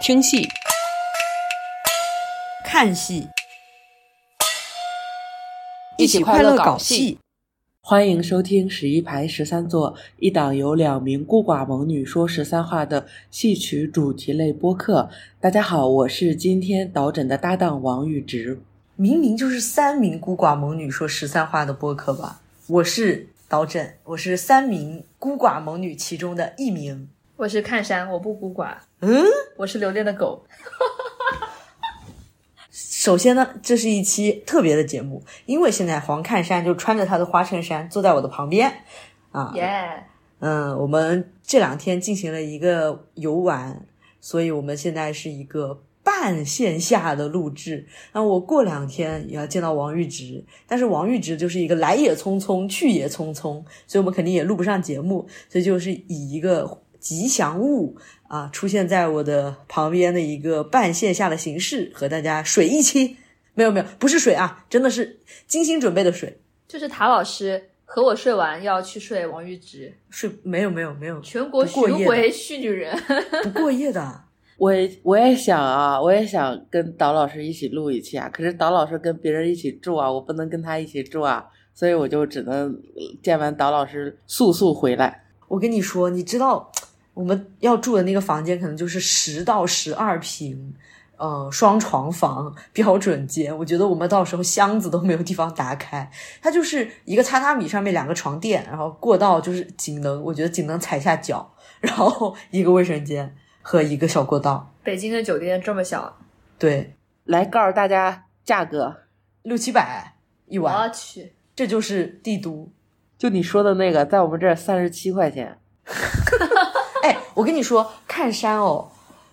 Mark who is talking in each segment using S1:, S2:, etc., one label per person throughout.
S1: 听戏、
S2: 看戏，
S1: 一起快乐搞戏。
S3: 欢迎收听《十一排十三座》，一档由两名孤寡萌女说十三话的戏曲主题类播客。大家好，我是今天导诊的搭档王玉直。
S2: 明明就是三名孤寡萌女说十三话的播客吧？我是导诊，我是三名孤寡萌女其中的一名。
S4: 我是看山，我不孤寡，
S2: 嗯，
S4: 我是留恋的狗。
S2: 首先呢，这是一期特别的节目，因为现在黄看山就穿着他的花衬衫坐在我的旁边啊。
S4: 耶、
S2: 嗯，我们这两天进行了一个游玩，所以我们现在是一个半线下的录制。那我过两天也要见到王玉直，但是王玉直就是一个来也匆匆，去也匆匆，所以我们肯定也录不上节目，所以就是以一个吉祥物啊出现在我的旁边的一个半线下的形式和大家水一期。没有没有，不是水啊，真的是精心准备的水。
S4: 就是塔老师和我睡完要去睡王玉直，
S2: 是没有没有没有
S4: 全国
S2: 不过夜
S4: 巡
S2: 的
S4: 回续女人。
S2: 不过夜的，
S3: 我也我也想啊，我也想跟导老师一起录一期啊，可是导老师跟别人一起住啊，我不能跟他一起住啊，所以我就只能见完导老师速速回来。
S2: 我跟你说，你知道我们要住的那个房间可能就是十到十二平，呃，双床房标准间。我觉得我们到时候箱子都没有地方打开，它就是一个榻榻米上面两个床垫，然后过道就是仅能我觉得仅能踩下脚，然后 一个卫生间和一个小过道，
S4: 北京的酒店这么小，
S2: 对，
S3: 来告诉大家价格，
S2: 六七百一
S4: 我
S2: 晚，
S4: 要去。
S2: 这就是帝都。
S3: 就你说的那个，在我们这儿三十七块钱。
S2: 哎，我跟你说，看山哦，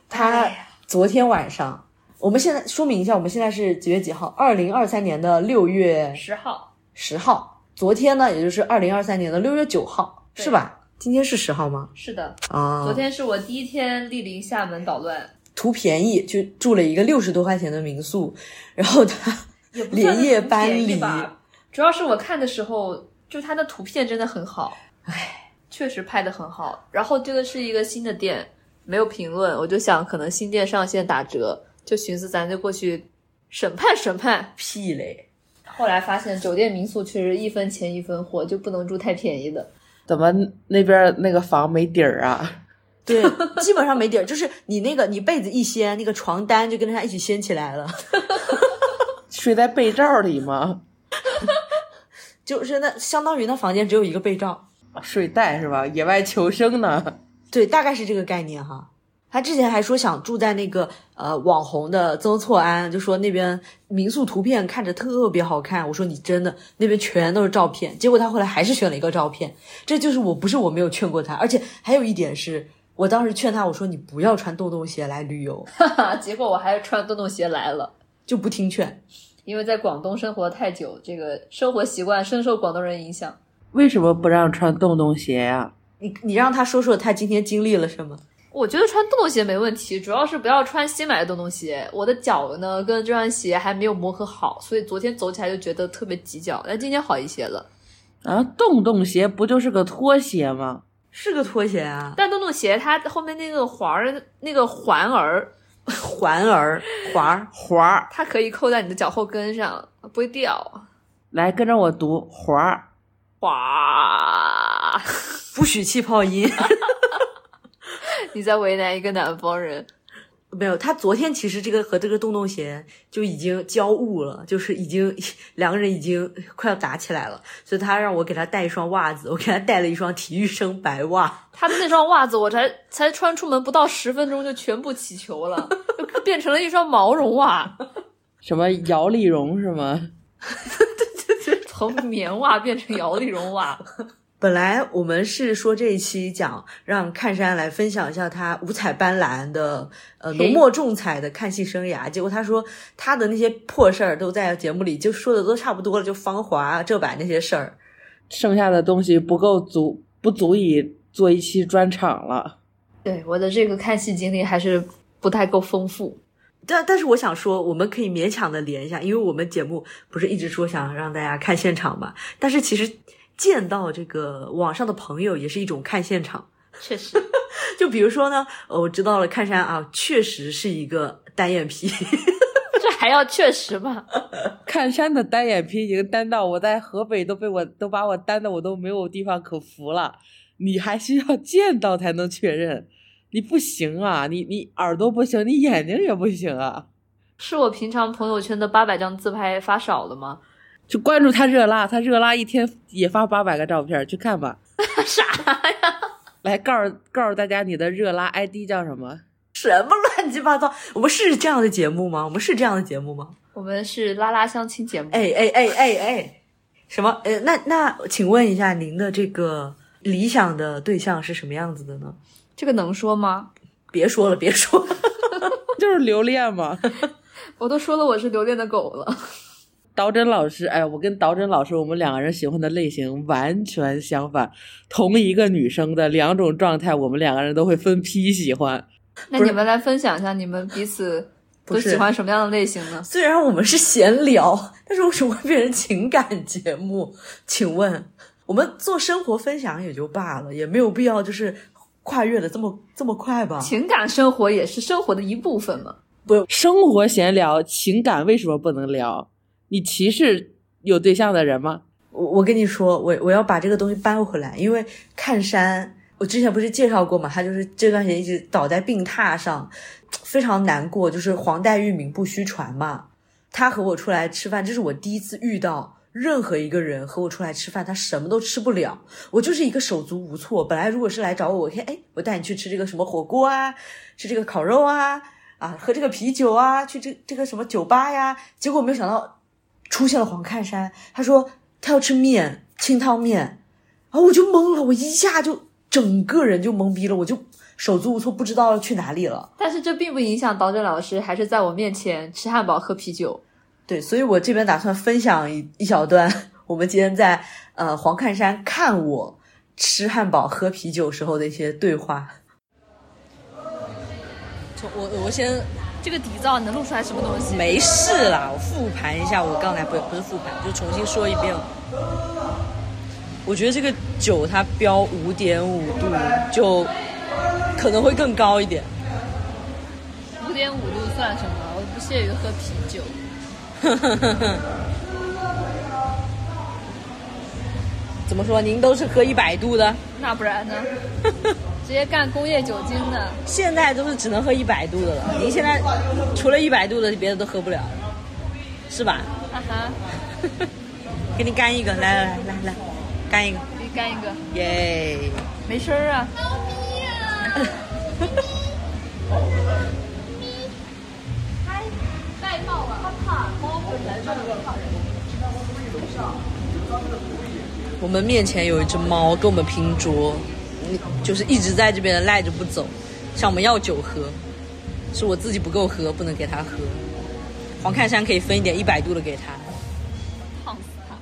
S2: 他
S4: 哎呀
S2: 昨天晚上，我们现在说明一下，我们现在是几月几号？二零二三年的六月
S4: 十号，
S2: 十号。昨天呢，也就是二零二三年的六月九号，
S4: 对
S2: 是吧？今天是十号吗？
S4: 是的，
S2: 啊，
S4: 昨天是我第一天莅临厦门捣乱，
S2: 图便宜，就住了一个六十多块钱的民宿，然后他
S4: 也不算
S2: 连
S4: 是
S2: 夜
S4: 很
S2: 搬
S4: 便宜
S2: 离
S4: 吧。主要是我看的时候，就它的图片真的很好，唉，确实拍的很好。然后这个是一个新的店，没有评论，我就想可能新店上线打折，就寻思咱就过去审判审判。
S2: 屁嘞，
S4: 后来发现酒店民宿确实一分钱一分货，就不能住太便宜的。
S3: 怎么那边那个房没底儿啊？
S2: 对，基本上没底儿，就是你那个你被子一掀，那个床单就跟着它一起掀起来了。
S3: 睡在被罩里吗？
S2: 就是那相当于那房间只有一个被罩，
S3: 睡袋是吧？野外求生呢？
S2: 对，大概是这个概念哈。他之前还说想住在那个呃网红的曾厝垵，就说那边民宿图片看着特别好看。我说你真的那边全都是照片，结果他后来还是选了一个照片。这就是我不是我没有劝过他，而且还有一点是我当时劝他，我说你不要穿洞洞鞋来旅游，
S4: 结果我还是穿洞洞鞋来了，
S2: 就不听劝。
S4: 因为在广东生活太久，这个生活习惯深受广东人影响。
S3: 为什么不让穿洞洞鞋呀、
S2: 你你让他说说他今天经历了什么？
S4: 我觉得穿洞洞鞋没问题，主要是不要穿新买的洞洞鞋。我的脚呢跟这双鞋还没有磨合好，所以昨天走起来就觉得特别挤脚，但今天好一些了。
S3: 啊，洞洞鞋不就是个拖鞋吗？
S2: 是个拖鞋啊，
S4: 但洞洞鞋它后面那个环儿，那个环儿，
S2: 环儿环儿，
S3: 环儿，
S4: 它可以扣在你的脚后跟上，不会掉。
S3: 来跟着我读环儿。
S4: 哇！
S2: 不许气泡音。
S4: 你在为难一个南方人。
S2: 没有，他昨天其实这个和这个洞洞鞋就已经交恶了，就是已经两个人已经快要打起来了， 所以他让我给他带一双袜子，我给他带了一双 体育生白袜。
S4: 他的那双袜子，我才才穿出门不到十分钟就全部起球了，就变成了一双毛绒袜，
S3: 什么摇粒绒是吗？
S4: 从棉袜变成摇粒绒袜。
S2: 本来我们是说这一期讲让看山来分享一下他五彩斑斓的呃
S4: 嘿
S2: 浓墨重彩的看戏生涯，结果他说他的那些破事儿都在节目里就说的都差不多了，就芳华这版那些事儿。
S3: 剩下的东西不够足，不足以做一期专场了。
S4: 对我的这个看戏经历还是不太够丰富。
S2: 但但是我想说，我们可以勉强的连一下，因为我们节目不是一直说想让大家看现场嘛。但是其实见到这个网上的朋友也是一种看现场，
S4: 确实，
S2: 就比如说呢，呃，我知道了，看山啊，确实是一个单眼皮，
S4: 这还要确实吧？
S3: 看山的单眼皮已经单到我在河北都被我都把我单的我都没有地方可服了，你还需要见到才能确认，你不行啊，你你耳朵不行，你眼睛也不行啊，
S4: 是我平常朋友圈的八百张自拍发少了吗？
S3: 就关注他热拉，他热拉一天也发八百个照片，去看吧。
S4: 啥呀？
S3: 来告诉告诉大家你的热拉 ID 叫什么？
S2: 什么乱七八糟？我们是这样的节目吗？我们是这样的节目吗？
S4: 我们是拉拉相亲节目。
S2: 哎哎哎哎哎，什么？呃，那那，请问一下，您的这个理想的对象是什么样子的呢？
S4: 这个能说吗？
S2: 别说了，别说了，
S3: 就是留恋嘛。
S4: 我都说了我是留恋的狗了。
S3: 导诊老师，哎，我跟导诊老师，我们两个人喜欢的类型完全相反。同一个女生的两种状态，我们两个人都会分批喜欢。
S4: 那你们来分享一下，你们彼 此都喜欢什么样的类型 呢？
S2: 虽然我们是闲聊，但是为什么会变成情感节目？请问，我们做生活分享也就罢了，也没有必要就是跨越的这么这么快吧？
S4: 情感生活也是生活的一部分嘛。
S2: 不，
S3: 生活闲聊，情感为什么不能聊？你歧视有对象的人吗？
S2: 我我跟你说，我我要把这个东西搬回来，因为看山，我之前不是介绍过嘛，他就是这段时间一直倒在病榻上，非常难过，就是黄黛玉名不虚传嘛。他和我出来吃饭，这是我第一次遇到任何一个人和我出来吃饭，他什么都吃不了，我就是一个手足无措。本来如果是来找我，我可以哎，我带你去吃这个什么火锅啊，吃这个烤肉啊，啊，喝这个啤酒啊，去这这个什么酒吧呀，结果没有想到。出现了黄看山，他说他要吃面，清汤面，然、啊、后我就懵了，我一下就整个人就懵逼了，我就手足无措，不知道去哪里了。
S4: 但是这并不影响导诊老师还是在我面前吃汉堡喝啤酒。
S2: 对，所以我这边打算分享一一小段，我们今天在呃黄看山看我吃汉堡喝啤酒时候的一些对话。
S1: 我我先。
S4: 这个底噪能录出来什么东西？
S1: 没事啦，我复盘一下，我刚才不不是复盘，就重新说一遍。我觉得这个酒它标五点五度，就可能会更高一点。
S4: 五点五度算什么？我不屑于喝啤酒。
S1: 怎么说？您都是喝一百度的？
S4: 那不然呢？ 直接干工业酒精的，
S1: 现在都是只能喝一百度的了。您现在除了一百度的，别的都喝不了，是吧？
S4: 啊哈，
S1: 给你干一个，来来来来来，干一个，
S4: 给你干一个，
S1: 耶！
S4: 没声儿啊！
S5: 戴帽了，他怕猫会来这个怕人。
S1: 我们面前有一只猫跟我们拼桌。就是一直在这边赖着不走，向我们要酒喝，是我自己不够喝，不能给他喝。黄看山可以分一点一百度的给他。
S4: 烫死他！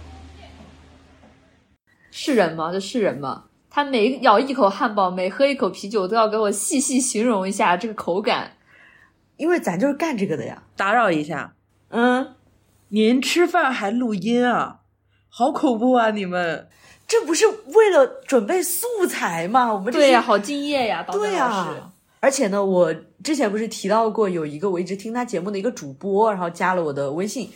S4: 是人吗？这是人吗？他每咬一口汉堡，每喝一口啤酒，都要给我细细形容一下这个口感，
S2: 因为咱就是干这个的呀。
S3: 打扰一下，
S2: 嗯，
S3: 您吃饭还录音啊？好恐怖啊！你们。
S2: 这不是为了准备素材吗？我们
S4: 对呀、啊，好敬业呀，导
S2: 对
S4: 呀、啊。
S2: 而且呢，我之前不是提到过有一个我一直听他节目的一个主播，然后加了我的微信。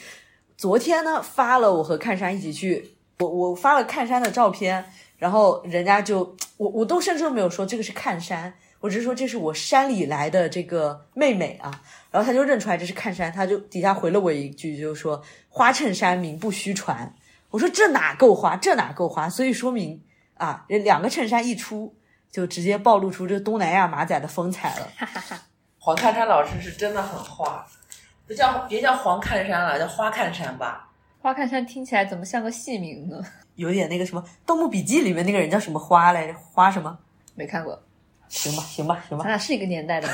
S2: 昨天呢发了我和看山一起去，我我发了看山的照片，然后人家就我我都甚至都没有说这个是看山，我只是说这是我山里来的这个妹妹啊。然后他就认出来这是看山，他就底下回了我一句，就是说花衬衫名不虚传。我说这哪够花，这哪够花，所以说明啊，两个衬衫一出，就直接暴露出这东南亚马仔的风采了。
S3: 黄看山老师是真的很花，不叫别叫黄看山了，叫花看山吧。
S4: 花看山听起来怎么像个戏名呢？
S2: 有点那个什么《盗墓笔记》里面那个人叫什么花来着？花什么？
S4: 没看过。
S2: 行吧，行吧，行吧。
S4: 咱俩是一个年代的吗？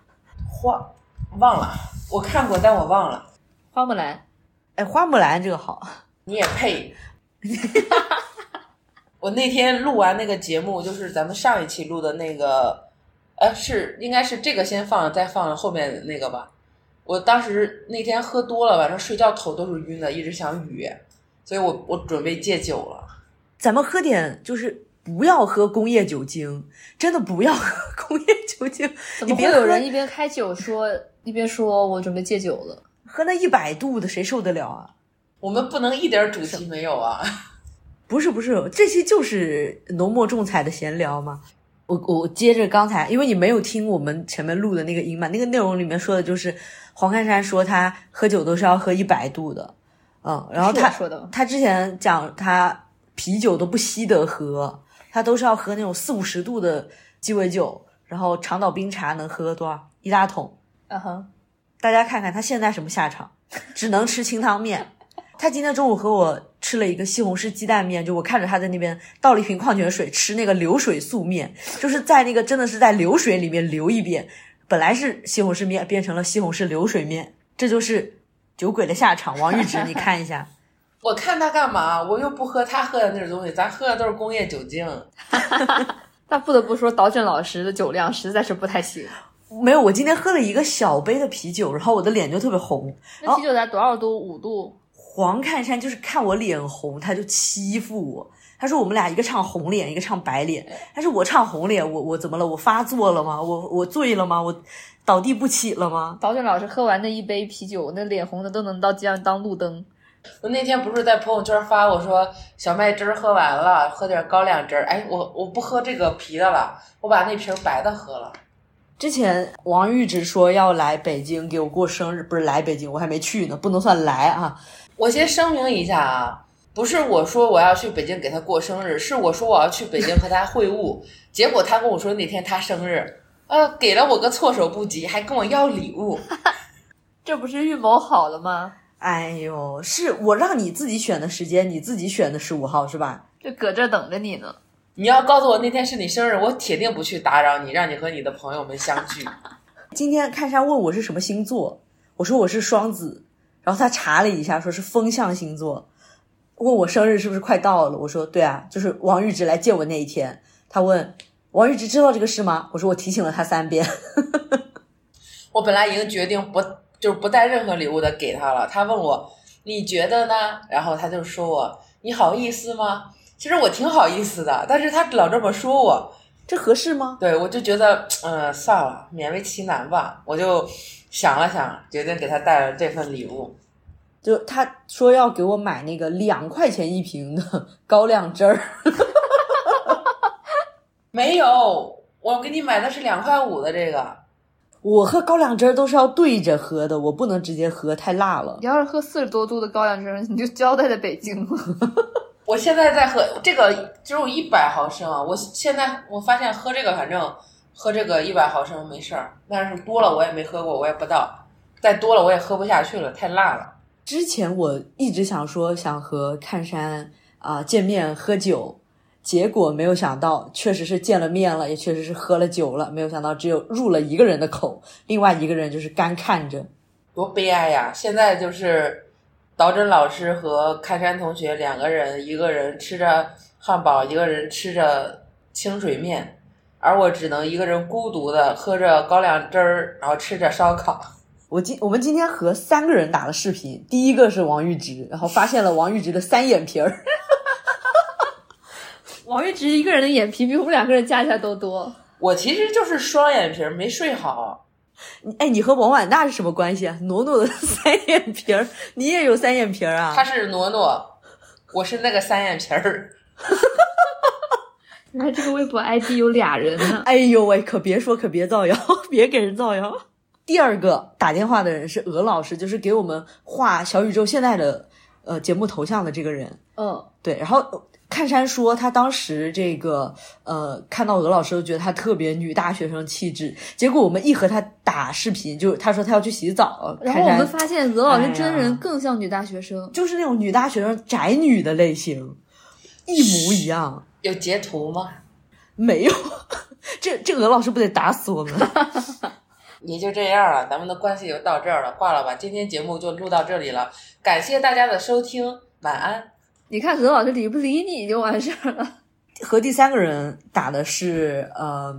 S3: 花忘了，我看过，但我忘了。
S4: 花木兰，
S2: 哎，花木兰这个好。
S3: 你也配！ 我那天录完那个节目，就是咱们上一期录的那个，呃，是应该是这个先放，再放后面那个吧。我当时那天喝多了，晚上睡觉头都是晕的，一直想雨，所以我我准备戒酒了。
S2: 咱们喝点就是不要喝工业酒精，真的不要喝 工业酒精。
S4: 怎
S2: 你
S4: 么会
S2: 别
S4: 有
S2: 喝
S4: 人一边开酒说一边说我准备戒酒了？
S2: 喝那一百度的，谁受得了啊？
S3: 我们不能一点主题没有啊！
S2: 不是不是，这期就是浓墨重彩的闲聊嘛。我我接着刚才，因为你没有听我们前面录的那个音嘛，那个内容里面说的就是黄珊珊说她喝酒都是要喝一百度的，嗯，然后
S4: 是我
S2: 她
S4: 说的吗
S2: 她之前讲她啤酒都不稀得喝，她都是要喝那种四五十度的鸡尾酒，然后长岛冰茶能喝多少一大桶，
S4: 啊哈，
S2: 大家看看他现在什么下场，只能吃清汤面。他今天中午和我吃了一个西红柿鸡蛋面，就我看着他在那边倒了一瓶矿泉水，吃那个流水素面，就是在那个真的是在流水里面流一遍。本来是西红柿面，变成了西红柿流水面，这就是酒鬼的下场。王玉直，你看一下，
S3: 我看他干嘛？我又不喝他喝的那种东西，咱喝的都是工业酒精。
S4: 那不得不说，导诊老师的酒量实在是不太行。
S2: 没有，我今天喝了一个小杯的啤酒，然后我的脸就特别红。
S4: 那啤酒才多少度？五度？
S2: 黄看山就是看我脸红，他就欺负我。他说我们俩一个唱红脸，一个唱白脸。但是我唱红脸，我我怎么了？我发作了吗？我我醉了吗？我倒地不起了吗？
S4: 导诊老师喝完那一杯啤酒，那脸红的都能到街上当路灯。
S3: 我那天不是在朋友圈发我说小麦汁儿喝完了，喝点高粱汁儿。哎，我我不喝这个啤的了，我把那瓶白的喝了。
S2: 之前王玉直说要来北京给我过生日，不是来北京，我还没去呢，不能算来啊。
S3: 我先声明一下啊，不是我说我要去北京给他过生日，是我说我要去北京和他会晤，结果他跟我说那天他生日，呃，给了我个措手不及，还跟我要礼物。
S4: 这不是预谋好了吗？
S2: 哎呦，是我让你自己选的时间，你自己选的十五号是吧？
S4: 就搁这等着你呢。
S3: 你要告诉我那天是你生日，我铁定不去打扰你，让你和你的朋友们相聚。
S2: 今天看山问我是什么星座，我说我是双子，然后他查了一下，说是风象星座，问我生日是不是快到了，我说对啊，就是王玉直来见我那一天。他问王玉直知道这个事吗？我说我提醒了他三遍。
S3: 我本来已经决定不就是不带任何礼物的给他了。他问我你觉得呢？然后他就说我你好意思吗？其实我挺好意思的，但是他老这么说我，
S2: 这合适吗？
S3: 对我就觉得嗯、呃算了，勉为其难吧。我就想了想，决定给他带了这份礼物。
S2: 就他说要给我买那个两块钱一瓶的 高粱汁儿，
S3: 没有，我给你买的是两块五的这个。
S2: 我喝高粱汁儿都是要对着喝的，我不能直接喝，太辣了
S4: 你。要是喝四十多度的高粱汁，你就交代在北京了。
S3: 我现在在喝这个只有一百毫升啊！我现在我发现喝这个，反正喝这个一百毫升没事儿，但是多了我也没喝过，我也不到，再多了我也喝不下去了，太辣了。
S2: 之前我一直想说想和看山啊、见面喝酒，结果没有想到，确实是见了面了，也确实是喝了酒了，没有想到只有入了一个人的口，另外一个人就是干看着。
S3: 多悲哀呀！现在就是导诊老师和看山同学两个人，一个人吃着汉堡，一个人吃着清水面，而我只能一个人孤独的喝着高粱汁儿，然后吃着烧烤。
S2: 我今我们今天和三个人打了视频，第一个是王玉直，然后发现了王玉直的三眼皮儿，
S4: 王玉直一个人的眼皮比我们两个人加起来都多。
S3: 我其实就是双眼皮儿没睡好。啊
S2: 你哎，你和王婉娜是什么关系啊？ 挪挪的三眼皮儿，你也有三眼皮儿啊
S3: 他？是挪挪，我是那个三眼皮儿。
S4: 原来这个微博 ID 有俩人呢。
S2: 哎呦喂，可别说，可别造谣， 别给人造谣。第二个打电话的人是鹅老师，就是给我们画小宇宙现在的呃节目头像的这个人。
S4: 嗯，
S2: 对，然后呃看山说他当时这个呃看到鹅老师就觉得他特别女大学生气质，结果我们一和他打视频，就是他说他要去洗澡，
S4: 然后我
S2: 看
S4: 们
S2: 山
S4: 发现鹅老师真
S2: 哎
S4: 人
S2: 呀
S4: 更像女大学生。
S2: 就是那种女大学生宅女的类型，一模一样。
S3: 有截图吗？
S2: 没有， 这这鹅老师不得打死我们？
S3: 也就这样了，咱们的关系就到这儿了，挂了吧。今天节目就录到这里了，感谢大家的收听，晚安。
S4: 你看鹅老师理不理你就完事儿了。
S2: 和第三个人打的是呃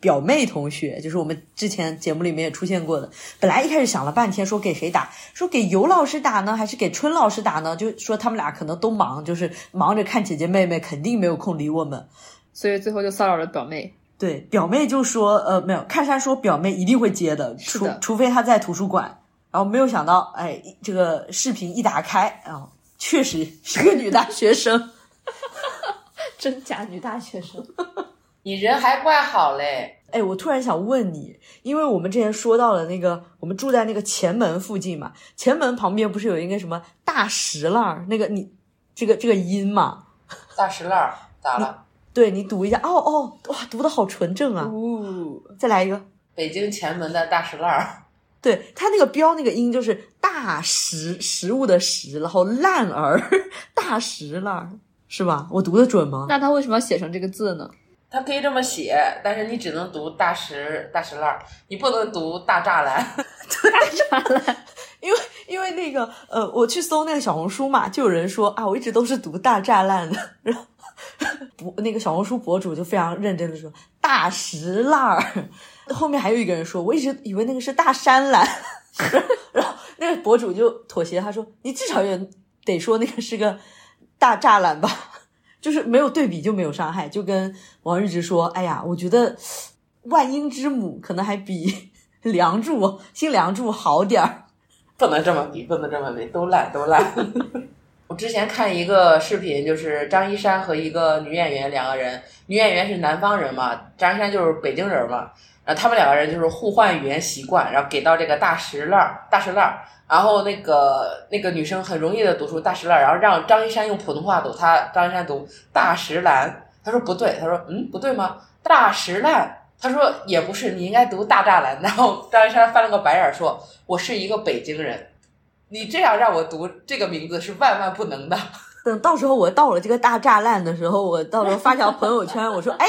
S2: 表妹同学，就是我们之前节目里面也出现过的。本来一开始想了半天，说给谁打，说给尤老师打呢，还是给春老师打呢？就说他们俩可能都忙，就是忙着看姐姐妹妹，肯定没有空理我们。
S4: 所以最后就骚扰了表妹。
S2: 对，表妹就说，呃，没有，看山说表妹一定会接的，
S4: 是
S2: 除
S4: 的
S2: 除非她在图书馆。然后没有想到，哎，这个视频一打开，啊、确实是个女大学生。
S4: 真假女大学生，
S3: 你人还怪好嘞，
S2: 哎，我突然想问你，因为我们之前说到了那个，我们住在那个前门附近嘛，前门旁边不是有一个什么大石栏儿，那个你这个这个音嘛，
S3: 大石烂儿咋了？
S2: 对你读一下，哦哦，哇，读的好纯正啊！
S4: 呜、哦，
S2: 再来一个，
S3: 北京前门的大石烂儿，
S2: 对他那个标那个音就是大石食物的食，然后烂儿 大石烂儿是吧？我读的准吗？
S4: 那他为什么要写成这个字 呢？
S3: 它可以这么写，但是你只能读大石大石烂儿，你不能读大栅栏。
S2: 因为因为那个呃，我去搜那个小红书嘛，就有人说啊，我一直都是读大栅栏的，然后博那个小红书博主就非常认真的说大石烂儿，后面还有一个人说，我一直以为那个是大山栏， 然后那个博主就妥协，他说你至少也得说那个是个大栅栏吧，就是没有对比就没有伤害，就跟王玉直说，哎呀，我觉得万英之母可能还比 梁祝新梁祝好点儿。
S3: 不能这么比，不能这么比，都烂都烂。 我之前看一个视频，就是张一山和一个女演员两个人，女演员是南方人嘛，张一山就是北京人嘛，然后他们两个人就是互换语言习惯，然后给到这个大石烂儿，大石烂儿，然后那个那个女生很容易的读出大石烂儿，然后让张一山用普通话读，他张一山读大石兰，他说不对，他说嗯不对吗？大石烂，他说也不是，你应该读大栅栏。然后张一山翻了个白眼儿说：“我是一个北京人，你这样让我读这个名字是万万不能的。
S2: 等到时候我到了这个大栅栏的时候，我到时候发条朋友圈，我说：“哎，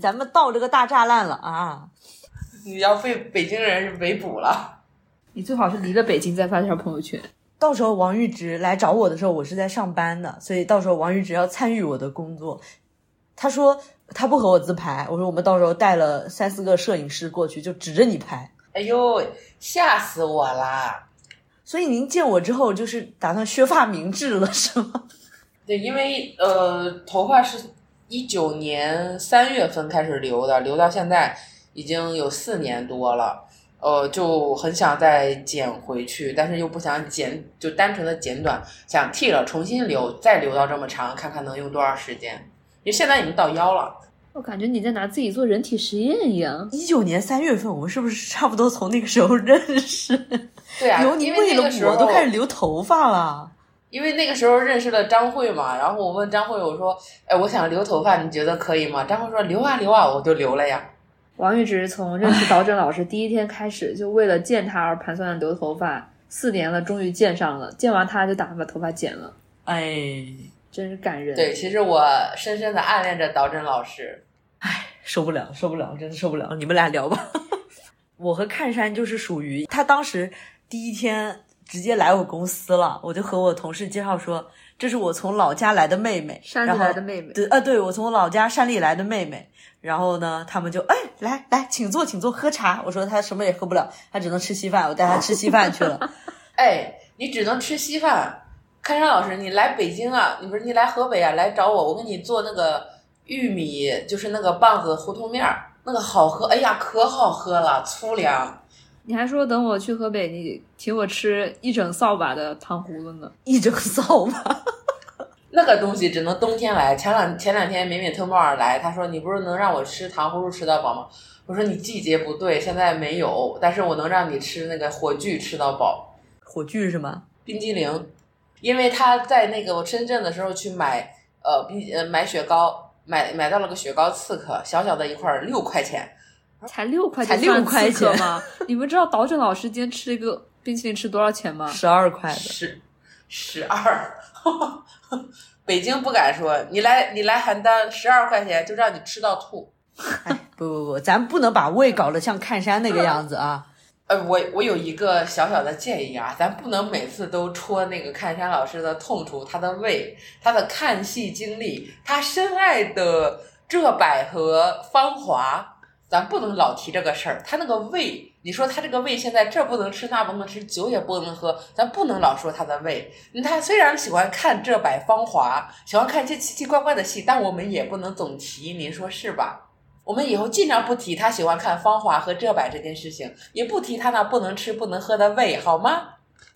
S2: 咱们到这个大栅栏了啊
S3: 你要被北京人是围捕了。
S4: 你最好是离了北京再发条朋友圈。！”
S2: 到时候王玉直来找我的时候，我是在上班的，所以到时候王玉直要参与我的工作。他说他不和我自拍，我说我们到时候带了三四个摄影师过去，就指着你拍。”
S3: 哎呦，吓死我啦！
S2: 所以您见我之后，就是打算削发明志了，是吗？
S3: 对，因为呃，头发是一九年三月份开始留的，留到现在已经有四年多了。呃，就很想再剪回去，但是又不想剪，就单纯的剪短，想剃了重新留，再留到这么长，看看能用多少时间。因为现在已经到腰了，
S4: 我感觉你在拿自己做人体实验一样。
S2: 一九年三月份，我们是不是差不多从那个时候认识？
S3: 对啊，
S2: 刘
S3: 因
S2: 宁
S3: 为
S2: 为
S3: 那
S2: 了
S3: 个时候
S2: 我都开始留头发了。
S3: 因为那个时候认识了张慧嘛，然后我问张慧，我说，哎，我想留头发，你觉得可以吗？张慧说留啊留啊，我就留了呀。
S4: 王玉直从认识导诊老师第一天开始，就为了见他而盘算留头发，四年了，终于见上了。见完他就打算把头发剪了，
S2: 哎，
S4: 真是感人。
S3: 对，，其实我深深的暗恋着导诊老师，
S2: 受不了，受不了，真的受不
S4: 哦
S2: 了！你们俩聊吧。 我和看山就是属于他当时第一天直接来我公司了，我就和我同事介绍说，这是我从老家来的妹妹，
S4: 山里来的妹妹
S2: 然后对，呃，对我从老家山里来的妹妹。然后呢，他们就哎，来来，请坐，请坐，喝茶。我说他什么也喝不了，他只能吃稀饭，我带他吃稀饭去了。
S3: 哎，你只能吃稀饭。看山老师，你来北京啊？你不是你来河北啊？来找我，我给你做那个玉米，就是那个棒子胡同面儿，那个好喝，哎呀，可好喝了，粗粮。
S4: 你还说等我去河北，你请我吃一整扫把的糖葫芦呢。
S2: 一整扫把，
S3: 那个东西只能冬天来。前两前两天敏敏特贸尔来，他说你不是能让我吃糖葫芦吃到饱吗？我说你季节不对，现在没有，但是我能让你吃那个火炬吃到饱，
S2: 火炬是吗？
S3: 冰激凌，因为他在那个我深圳的时候去买呃冰呃买雪糕，买买到了个雪糕刺客，小小的一块儿六块钱，
S4: 才六块
S2: 才
S4: 钱算
S2: 6块
S4: 刺客
S2: 钱
S4: 吗？你们知道导诊老师今天吃一个冰淇淋吃多少钱吗？
S2: 十二块的。
S3: 十十二。 北京不敢说，你来你来邯郸十二块钱就让你吃到吐。
S2: 哎，不不不，咱不能把胃搞得像看山那个样子啊！
S3: 呃，我我有一个小小的建议啊，咱不能每次都戳那个看山老师的痛处，他的胃，他的看戏经历，他深爱的浙百合芳华，咱不能老提这个事儿。他那个胃，你说他这个胃现在这不能吃，那不能吃，酒也不能喝，咱不能老说他的胃。嗯他虽然喜欢看这百芳华，喜欢看一些奇奇怪怪的戏，但我们也不能总提，您说是吧？我们以后尽量不提他喜欢看芳华和这百这件事情，也不提他那不能吃不能喝的胃，好吗？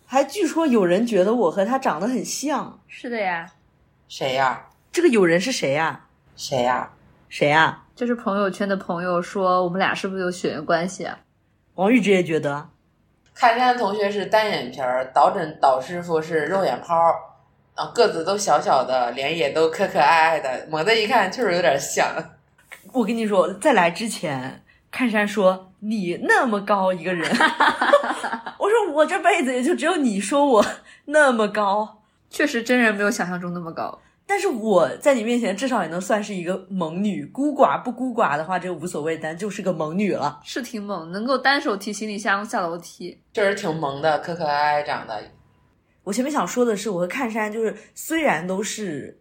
S2: 还据说有人觉得我和他长得很像，
S4: 是的呀，
S3: 谁呀、
S2: 这个有人是谁呀、
S3: 谁呀、
S2: 谁啊呀、
S4: 就是朋友圈的朋友说我们俩是不是有血缘关系啊？
S2: 王玉直也觉得，
S3: 看山同学是单眼皮儿，导诊导师傅是肉眼泡儿，啊，个子都小小的，脸也都可可爱爱的，猛地一看就是有点像。
S2: 我跟你说，在来之前，看山说你那么高一个人， 我说我这辈子也就只有你说我那么高，
S4: 确实，真人没有想象中那么高。
S2: 但是我在你面前至少也能算是一个萌女，孤寡不孤寡的话，这个无所谓，咱就是个萌女了。
S4: 是挺猛，能够单手提行李箱下楼梯。
S3: 确实挺萌的，可可爱爱长得。
S2: 我前面想说的是，我和看山就是虽然都是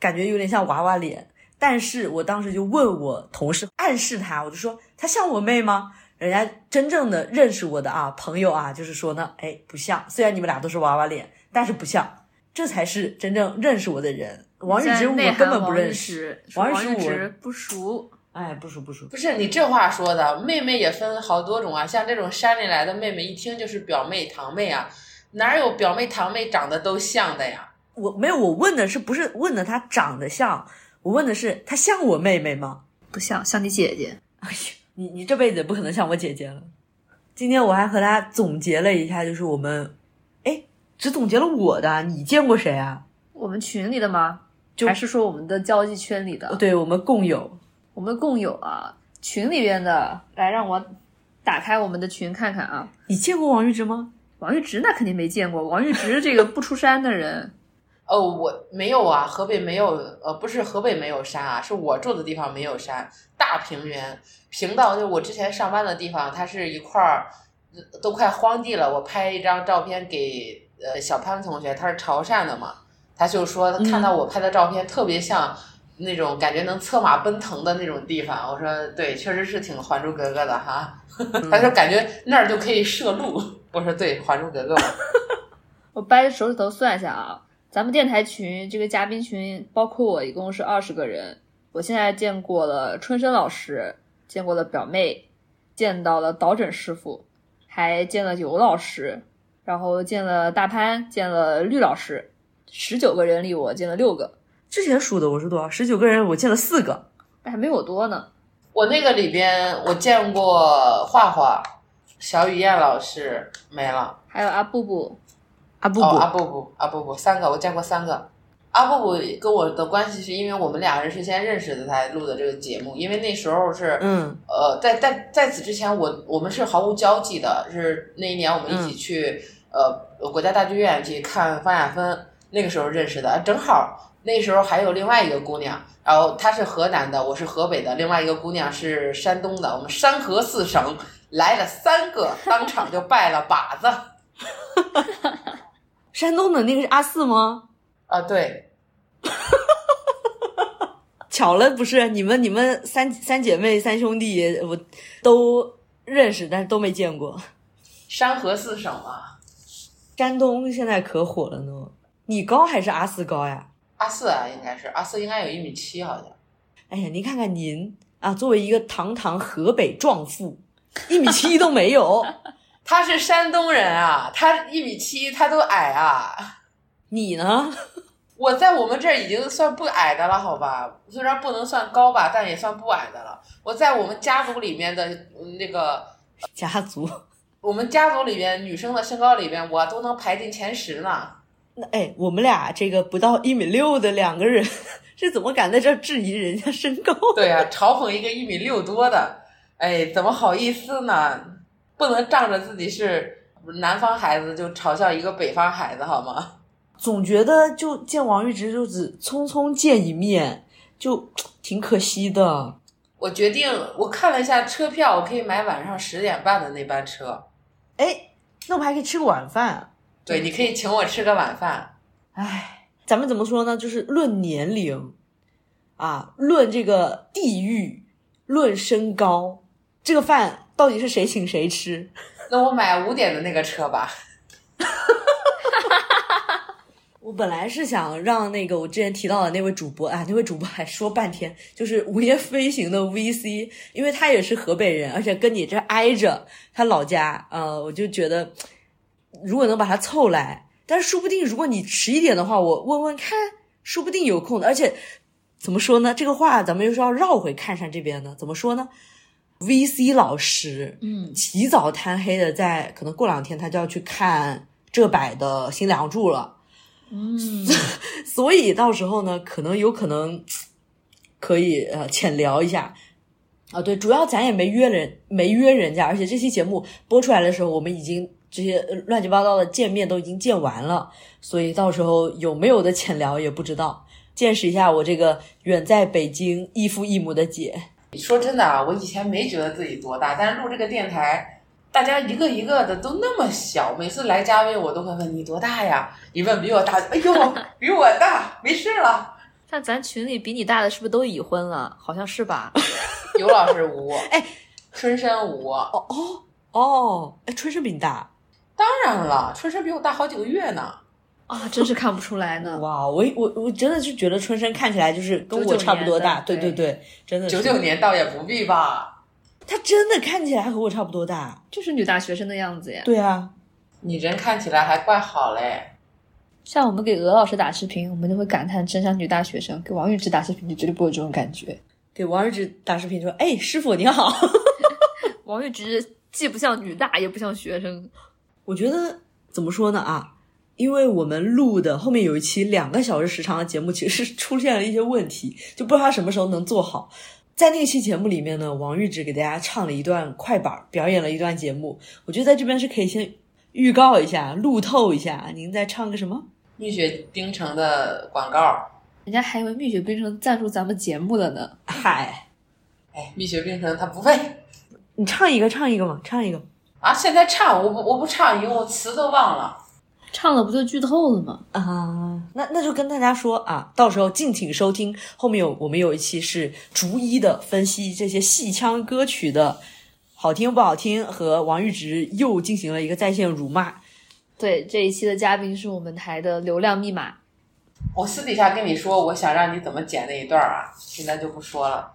S2: 感觉有点像娃娃脸，但是我当时就问我同事暗示他，我就说他像我妹吗？人家真正的认识我的啊朋友啊，就是说呢，哎不像，虽然你们俩都是娃娃脸，但是不像，这才是真正认识我的人。王玉
S4: 虽
S2: 直
S4: 然
S2: 我
S4: 内
S2: 根
S4: 涵
S2: 本不
S4: 王玉
S2: 认识，
S4: 直，说
S2: 王玉
S4: 王
S2: 直
S4: 玉
S2: 我
S4: 直不熟。
S2: 哎不熟不熟，
S3: 不是你这话说的，妹妹也分好多种啊，像这种山里来的妹妹，一听就是表妹、堂妹啊，哪有表妹、堂妹长得都像的呀？
S2: 我没有我问的是不是问的她长得像，我问的是她像我妹妹吗？
S4: 不像，像你姐姐。
S2: 哎呦，你你这辈子也不可能像我姐姐了。今天我还和她总结了一下，就是我们，哎，只总结了我的，你见过谁啊？
S4: 我们群里的吗？
S2: 就
S4: 还是说我们的交际圈里的？，
S2: 对我们共有，
S4: 我们共有啊，群里边的。来，让我打开我们的群看看啊。
S2: 你见过王玉芝吗？
S4: 王玉直那肯定没见过，王玉直这个不出山的人，
S3: 哦，我没有啊，河北没有，呃，不是河北没有山啊，是我住的地方没有山，大平原，平到就我之前上班的地方，它是一块儿呃都快荒地了。我拍一张照片给呃小潘同学，他是潮汕的嘛，他就说他看到我拍的照片特别像那种感觉能策马奔腾的那种地方，我说对，确实是挺《还珠格格》的哈， 他说感觉那儿就可以射鹿，我说对，《还珠格格》嘛。
S4: 我掰着手指头算一下啊，咱们电台群这个嘉宾群，包括我，一共是二十个人。我现在见过了春生老师，见过了表妹，见到了导诊师傅，还见了尤老师，然后见了大潘，见了绿老师。十九个人里，我见了六个，
S2: 之前数的我是多少？十九个人，我见了四个。
S4: 那还没我多呢。
S3: 我那个里边，我见过画画，小雨燕老师没了，
S4: 还有阿布布，
S2: 阿布布，
S3: 哦，阿布布，阿布布，三个，我见过三个。阿布布跟我的关系是因为我们俩人是先认识的才录的这个节目，因为那时候是，
S2: 嗯，
S3: 呃，在在在此之前我，我们是毫无交际的，是那一年我们一起去、呃国家大剧院去看方亚芬，那个时候认识的，正好那时候还有另外一个姑娘，然后她是河南的，我是河北的，另外一个姑娘是山东的，我们山河四省来了三个，当场就拜了把子啊、
S2: 山东的那个是阿四吗？
S3: 啊对，
S2: 巧了，不是你们你们三三姐妹三兄弟，我都认识，但是都没见过。
S3: 山河四省嘛，
S2: 山东现在可火了呢，你高还是阿四高呀？
S3: 阿四啊应该是阿四应该有一米七好像。
S2: 哎呀，您看看您啊，作为一个堂堂河北壮妇，一米七都没有，
S3: 他是山东人啊，他一米七，他都矮啊。
S2: 你呢？
S3: 我在我们这儿已经算不矮的了，好吧？虽然不能算高吧，但也算不矮的了。我在我们家族里面的嗯那个，
S2: 家族，
S3: 我们家族里面女生的身高里面，我都能排进前十呢。
S2: 那哎，我们俩这个不到一米六的两个人，是怎么敢在这儿质疑人家身高？
S3: 对呀、嘲讽一个一米六多的，哎，怎么好意思呢？不能仗着自己是南方孩子就嘲笑一个北方孩子好吗？
S2: 总觉得就见王玉直就只匆匆见一面，就挺可惜的。
S3: 我决定，我看了一下车票，我可以买晚上十点半的那班车。
S2: 哎，那我们还可以吃个晚饭。啊
S3: 对，你可以请我吃个晚饭。
S2: 哎，咱们怎么说呢？就是论年龄，啊，论这个地域，论身高，这个饭到底是谁请谁吃？
S3: 那我买五点的那个车吧。
S2: 我本来是想让那个我之前提到的那位主播啊，那位主播还说半天，就是午夜飞行的 VC，因为他也是河北人，而且跟你这挨着，他老家，呃，我就觉得如果能把他凑来，但是说不定如果你迟一点的话，我问问看，说不定有空的。而且怎么说呢，这个话咱们又是要绕回看山这边的，怎么说呢？VC 老师，
S1: 嗯，
S2: 起早贪黑的在，可能过两天他就要去看浙百的新梁祝了。
S1: 嗯，
S2: 所以到时候呢，可能有可能可以呃浅聊一下。啊，对，主要咱也没约人，没约人家，而且这期节目播出来的时候，我们已经这些呃乱七八糟的见面都已经见完了，所以到时候有没有的浅聊也不知道。见识一下我这个远在北京异父异母的姐，
S3: 说真的啊，我以前没觉得自己多大，但是录这个电台，大家一个一个的都那么小，每次来嘉宾我都会问你多大呀？一问比我大，哎呦，比我大，没事了。
S4: 但咱群里比你大的是不是都已婚了？好像是 吧？
S3: 尤老师五，
S2: 哎，
S3: 春生五，
S2: 哦哦哦，哎，春生比你大，
S3: 当然了，春生比我大好几个月呢。
S4: 啊，真是看不出来呢。
S2: 哇，我我我真的是觉得春生看起来就是跟我
S4: 99
S2: 差不多大，
S4: 年的
S2: 对对对，真的是
S3: 九九年倒也不必吧？
S2: 他真的看起来和我差不多大。
S4: 就是女大学生的样子呀。
S2: 对啊，
S3: 你人看起来还怪好嘞。
S4: 像我们给鹅老师打视频，我们就会感叹真像女大学生；给王玉芝打视频，就绝对不会有这种感觉。
S2: 给王日志打视频说：“哎，师傅你好。
S4: 王玉芝既不像女大，也不像学生。”
S2: 我觉得怎么说呢啊？因为我们录的后面有一期两个小时时长的节目，其实是出现了一些问题，就不知道他什么时候能做好。在那期节目里面呢，王玉芝给大家唱了一段快板，表演了一段节目。我觉得在这边是可以先预告一下、路透一下，您再唱个什么？
S3: 蜜雪冰城的广告，
S4: 人家还以为蜜雪冰城赞助咱们节目了呢。
S2: 嗨，
S3: 哎，蜜雪冰城它不配
S2: 你唱一个，唱一个嘛，唱一个。
S3: 啊！现在唱我不我不唱，因为我词都忘了。
S4: 唱了不就剧透了吗？
S2: 啊，那那就跟大家说啊，到时候敬请收听。后面有我们有一期是逐一的分析这些戏腔歌曲的好听不好听，和王钰直又进行了一个在线辱骂。
S4: 对，这一期的嘉宾是我们台的流量密码。
S3: 我私底下跟你说，我想让你怎么剪那一段啊，现在就不说了。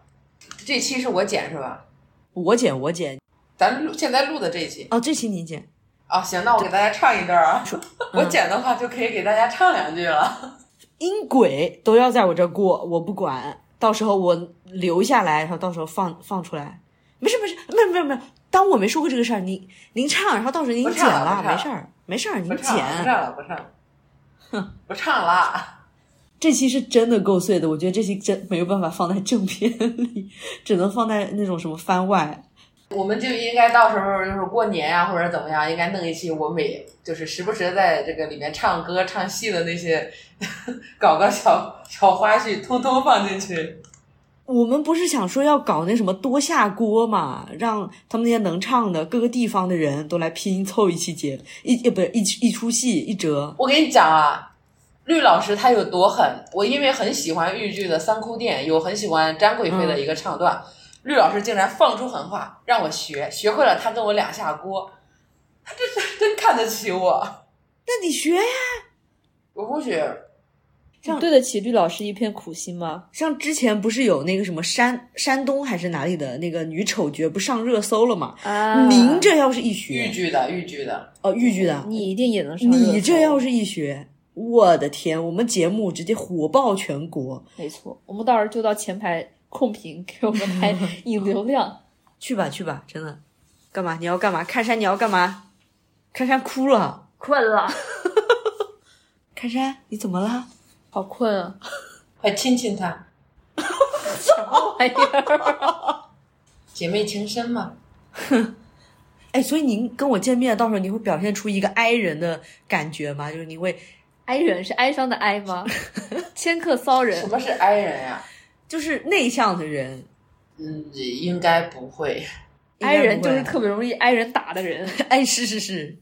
S3: 这期是我剪是吧？
S2: 我剪我剪
S3: 咱录现在录的这一期
S2: 哦，这期你剪，
S3: 啊，行，那我给大家唱一段啊。 我剪的话就可以给大家唱两句了。
S2: 音轨都要在我这过，我不管。到时候我留下来，然后到时候放放出来。没事没事，没有没有没有，当我没说过这个事儿。您您唱，然后到时候您
S3: 不
S2: 剪
S3: 唱了
S2: 了，
S3: 不唱
S2: 没事儿没事儿，您
S3: 不唱了，不
S2: 剪。
S3: 唱了，不唱了，不唱了。
S2: 这期是真的够碎的，我觉得这期真没有办法放在正片里， 只能放在那种什么番外。
S3: 我们就应该到时候就是过年啊，或者怎么样，应该弄一期我每就是时不时地在这个里面唱歌唱戏的那些， 搞个小小花絮，通通放进去。
S2: 我们不是想说要搞那什么多下锅嘛，让他们那些能唱的各个地方的人都来拼凑一期节一呃也不是一一出戏一折。
S3: 我跟你讲啊，绿老师他有多狠，我因为很喜欢豫剧的《三哭殿》，有很喜欢詹贵妃的一个唱段，绿老师竟然放出狠话让我学，学会了他跟我两下锅，他这是真看得起我，
S2: 那你学呀，
S3: 我不学。
S2: 像
S4: 对得起绿老师一片苦心吗？
S2: 像之前不是有那个什么山山东还是哪里的那个女丑角不上热搜了嘛？
S4: 啊
S2: 您这要是一
S3: 豫
S2: 学，
S3: 剧的，豫剧的，
S2: 哦，豫剧的，
S4: 你一定也能上热搜。
S2: 你这要是一学，我的天，我们节目直接火爆全国，
S4: 没错，我们到时候就到前排控评，给我们 台引流量。
S2: 去吧去吧，真的，干嘛？你要干嘛？看山你要干嘛？看山哭了，啊
S4: 困了，
S2: 看山你怎么了？
S4: 好困啊！
S3: 快亲亲他。
S4: 哎呀，
S3: 姐妹情深嘛。
S2: 哎，所以您跟我见面，到时候您会表现出一个哀人的感觉吗？就是您会，
S4: 哀人是哀伤的哀 吗？千客骚
S3: 什
S4: 人，
S3: 么是 i 人呀、
S2: 就是内向的人，
S3: 嗯，应该不会。
S4: 哀人就是
S2: 应该不会
S4: 特别容易挨人打的 人。
S2: 啊哎，是是是，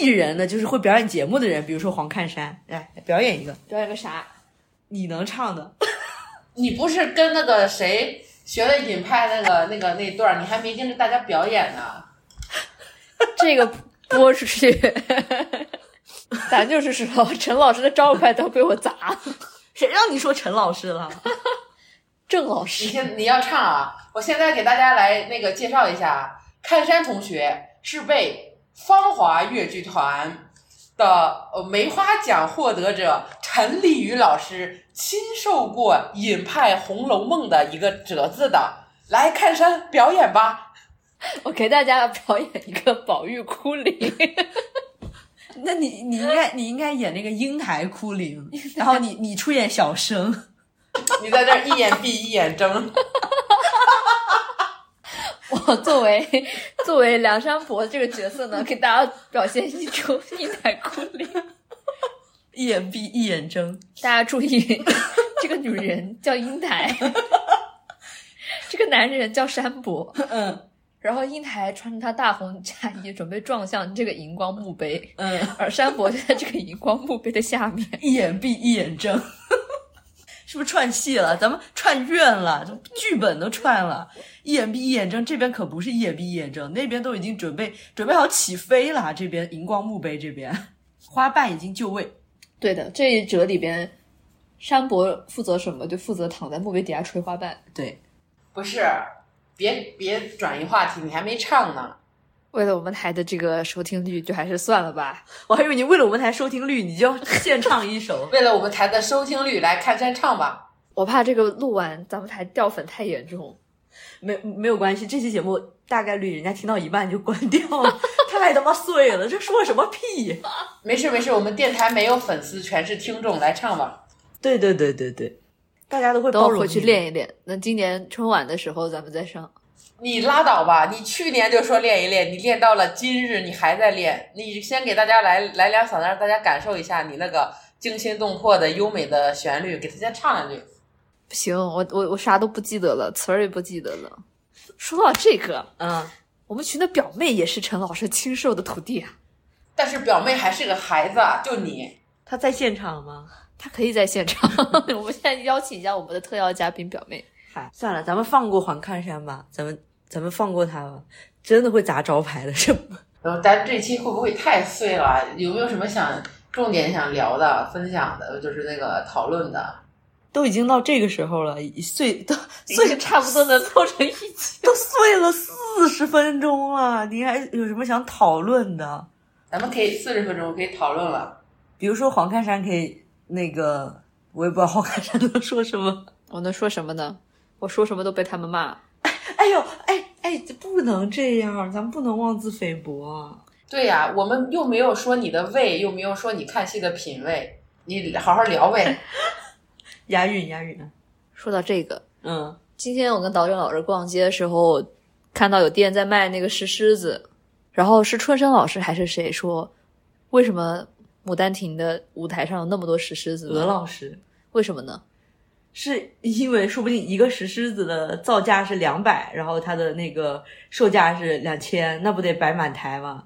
S2: 艺人呢，就是会表演节目的人，比如说黄看山，来表演一个
S4: 表演个啥？
S2: 你能唱的，
S3: 你不是跟那个谁学了尹派那个那个那段儿，你还没跟着大家表演呢。
S4: 这个播出去， 咱就是说，陈老师的招牌都被我砸了。
S2: 谁让你说陈老师了？
S4: 郑老
S3: 你
S4: 师，
S3: 先你要唱啊！我现在给大家来那个介绍一下啊，看山同学是被芳华越剧团的呃梅花奖获得者陈立宇老师亲授过尹派《红楼梦》的一个折子的。来看山表演吧！
S4: 我给大家表演一个宝玉哭 灵。
S2: 那你你应该你应该演那个英台哭灵，然后你你出演小生，
S3: 你在这儿一眼闭一眼睁，
S4: 我作为作为梁山伯这个角色呢，给大家表现一出一奶哭灵。
S2: 一眼闭一眼睁。
S4: 大家注意，这个女人叫英 台，这个男人叫山伯。
S2: 嗯
S4: 然后英台穿着她大红嫁衣，准备撞向这个荧光墓碑，
S2: 嗯，
S4: 而山伯就在这个荧光墓碑的下面。
S2: 一眼闭一眼睁， 是不是串戏了？咱们串院了，这剧本都串了。一眼闭一眼睁，这边可不是一眼闭一眼睁，那边都已经准备准备好起飞了。这边荧光墓碑这边花瓣已经就位，
S4: 对的，这一折里边，山伯负责什么？就负责躺在墓碑底下吹花瓣。
S2: 对，
S3: 不是？别别转移话题，你还没唱呢。
S4: 为了我们台的这个收听率，就还是算了吧。
S2: 我还以为你为了我们台收听率，你就要献唱一首。
S3: 为了我们台的收听率，来看山唱吧。
S4: 我怕这个录完咱们台掉粉太严重。
S2: 没没有关系，这期节目大概率人家听到一半就关掉了， 太他妈碎了，这说什么屁？
S3: 没事没事，我们电台没有粉丝，全是听众，来唱吧。
S2: 对对对对对，大家都会
S4: 等
S2: 包
S4: 我
S2: 容。
S4: 回去，练一练，那今年春晚的时候咱们再上。
S3: 你拉倒吧，你去年就说练一练，你练到了今日，你还在练。你先给大家来来两嗓子，让大家感受一下你那个惊心动魄的优美的旋律，给大家唱两句。
S4: 不行，我我我啥都不记得了，词儿也不记得了。说到这个，
S2: 嗯，
S4: 我们群的表妹也是陈老师亲授的徒弟啊，
S3: 但是表妹还是个孩子，啊，就你，
S2: 他在现场吗？
S4: 她可以在现场。 我们现在邀请一下我们的特邀嘉宾表妹。
S2: 嗨，算了，咱们放过黄看山吧，咱们咱们放过他吧，真的会砸招牌的，是
S3: 然后呃咱这期会不会太碎了？有没有什么想重点想聊的、分享的，就是那个讨论的？
S2: 都已经到这个时候了，一碎都
S4: 所以
S2: 碎
S4: 差不多能凑成一起。
S2: 都碎了四十分钟了，你还有什么想讨论的？
S3: 咱们可以四十分钟可以讨论了。
S2: 比如说黄看山可以那个，我也不知道黄看山能说什么。
S4: 我能说什么呢？我说什么都被他们骂。
S2: 哎呦，哎哎，这不能这样，咱们不能妄自菲薄啊！
S3: 对呀、我们又没有说你的胃，又没有说你看戏的品味，你好好聊呗。
S2: 押韵，押韵。
S4: 说到这个，
S2: 嗯
S4: 今天我跟导演老师逛街的时候，看到有店在卖那个石狮子，然后是春生老师还是谁说，为什么《牡丹亭》的舞台上有那么多石狮子呢？
S2: 鹅老师
S4: 为什么呢？
S2: 是因为说不定一个石狮子的造价是两百，然后它的那个售价是两千，那不得摆满台吗？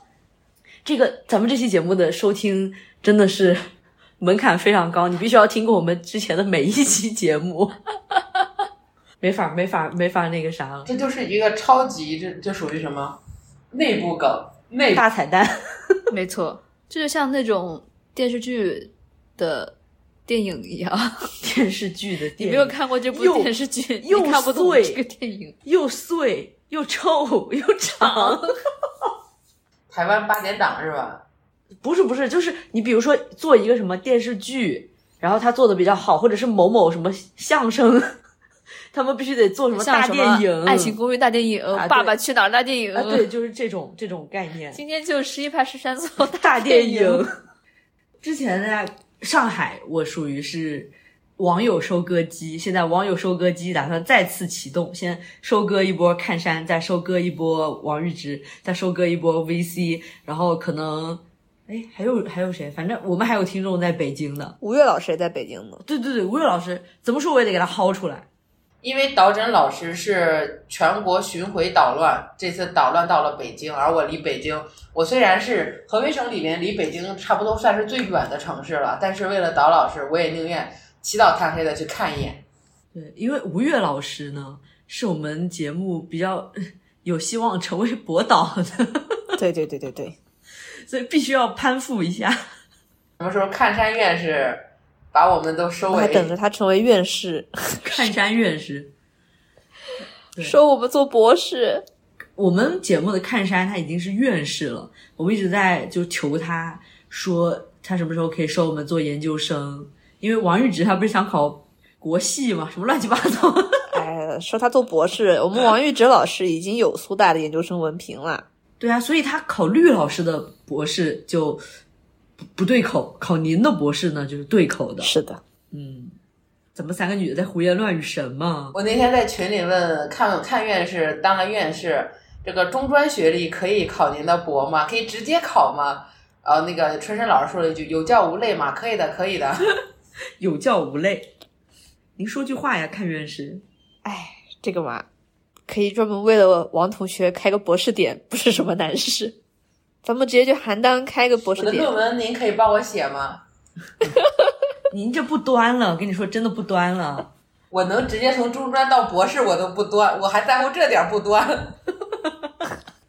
S2: 这个咱们这期节目的收听真的是门槛非常高，你必须要听过我们之前的每一期节目， 没法没法没法那个啥了，
S3: 这就是一个超级，这这属于什么内部梗？内部
S2: 大彩蛋。
S4: 没错，这就像那种电视剧的电影一样，
S2: 电视剧的
S4: 你
S2: 电影，
S4: 没有看过这部
S2: 又
S4: 电视剧，你
S2: 又
S4: 看不懂
S2: 碎
S4: 这个电影。
S2: 又碎又臭又长，
S3: 台湾八点档是吧？
S2: 不是不是，就是你比如说做一个什么电视剧，然后他做的比较好，或者是某某什么相声， 他们必须得做什么
S4: 像
S2: 大
S4: 什
S2: 电
S4: 么
S2: 影、
S4: 爱情公寓》大电影，
S2: 啊对
S4: 爸爸去哪儿》大电影。
S2: 啊，对，就是这种这种概念，
S4: 今天就十一拍十三座
S2: 大电
S4: 影。
S2: 影。 之前在上海，我属于是网友收割机，现在网友收割机打算再次启动，先收割一波看山，再收割一波王玉芝，再收割一波 VC，然后可能。哎，还有还有谁？反正我们还有听众在北京的。
S4: 吴越老师也在北京呢。
S2: 对对对，吴越老师怎么说我也得给他薅出来。
S3: 因为导诊老师是全国巡回捣乱，这次捣乱到了北京，而我离北京，我虽然是河北省里面离北京差不多算是最远的城市了，但是为了导老师，我也宁愿起早贪黑的去看一眼。
S2: 对，因为吴越老师呢，是我们节目比较有希望成为博导的，
S6: 对对对对对，
S2: 所以必须要攀附一下。
S3: 什么时候看山院士把我们都收
S6: 我还
S3: 为？
S6: 等着他成为院士，
S2: 看山院士，对
S6: 收我们做博士。
S2: 我们节目的看山他已经是院士了，我们一直在就求他说他什么时候可以收我们做研究生，因为王玉直他不是想考国戏嘛，什么乱七八糟。
S6: 哎，说他做博士，我们王玉哲老师已经有苏大的研究生文凭了。
S2: 对啊，所以他考绿老师的博士就不不对口，考您的博士呢就是对口的。
S6: 是的，
S2: 嗯，咱们三个女的在胡言乱语什么？
S3: 我那天在群里问，看看院士当了院士，这个中专学历可以考您的博吗？可以直接考吗？呃，那个春生老师说了一句：“有教无类嘛，可以的，可以的。
S2: 有教无类。您说句话呀，看院士。
S6: 哎，这个嘛，可以专门为了王同学开个博士点，不是什么难事。咱们直接就邯郸开个博”
S3: 我
S6: 士
S3: 的
S6: 点
S3: 论，文您可以帮我写吗？
S2: 您这不端了，我跟你说，真的不端了。
S3: 我能直接从中专到博士，我都不端，我还在乎这点儿不端。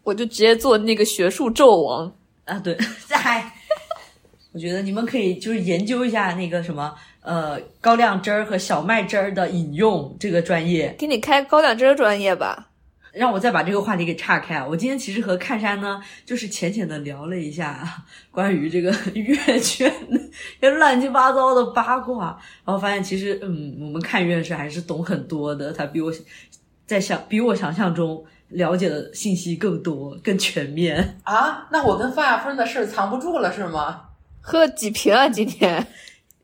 S6: 我就直接做那个学术纣王。
S2: 啊，对， 嗨，我觉得你们可以就是研究一下那个什么，呃，高粱汁儿和小麦汁儿的饮用这个专业。
S6: 给你开高粱汁儿专业吧。
S2: 让我再把这个话题给岔开啊！我今天其实和看山呢，就是浅浅的聊了一下啊关于这个 乐圈的一些乱七八糟的八卦，然后发现其实，嗯，我们看院士还是懂很多的，他比我在想比我想象中了解的信息更多、更全面。
S3: 啊，那我跟范亚芬的事儿藏不住了是吗？
S6: 喝了几瓶啊？今天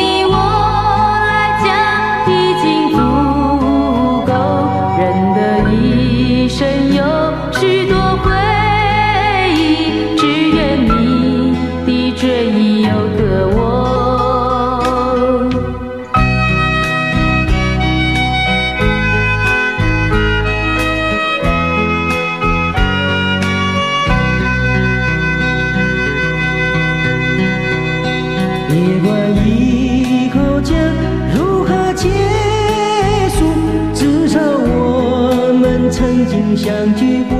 S4: 你我来讲已经足够。人的一生有许多回忆，只愿你的追忆有个我。
S7: 别管以后将如何结束，至少我们曾经相聚过。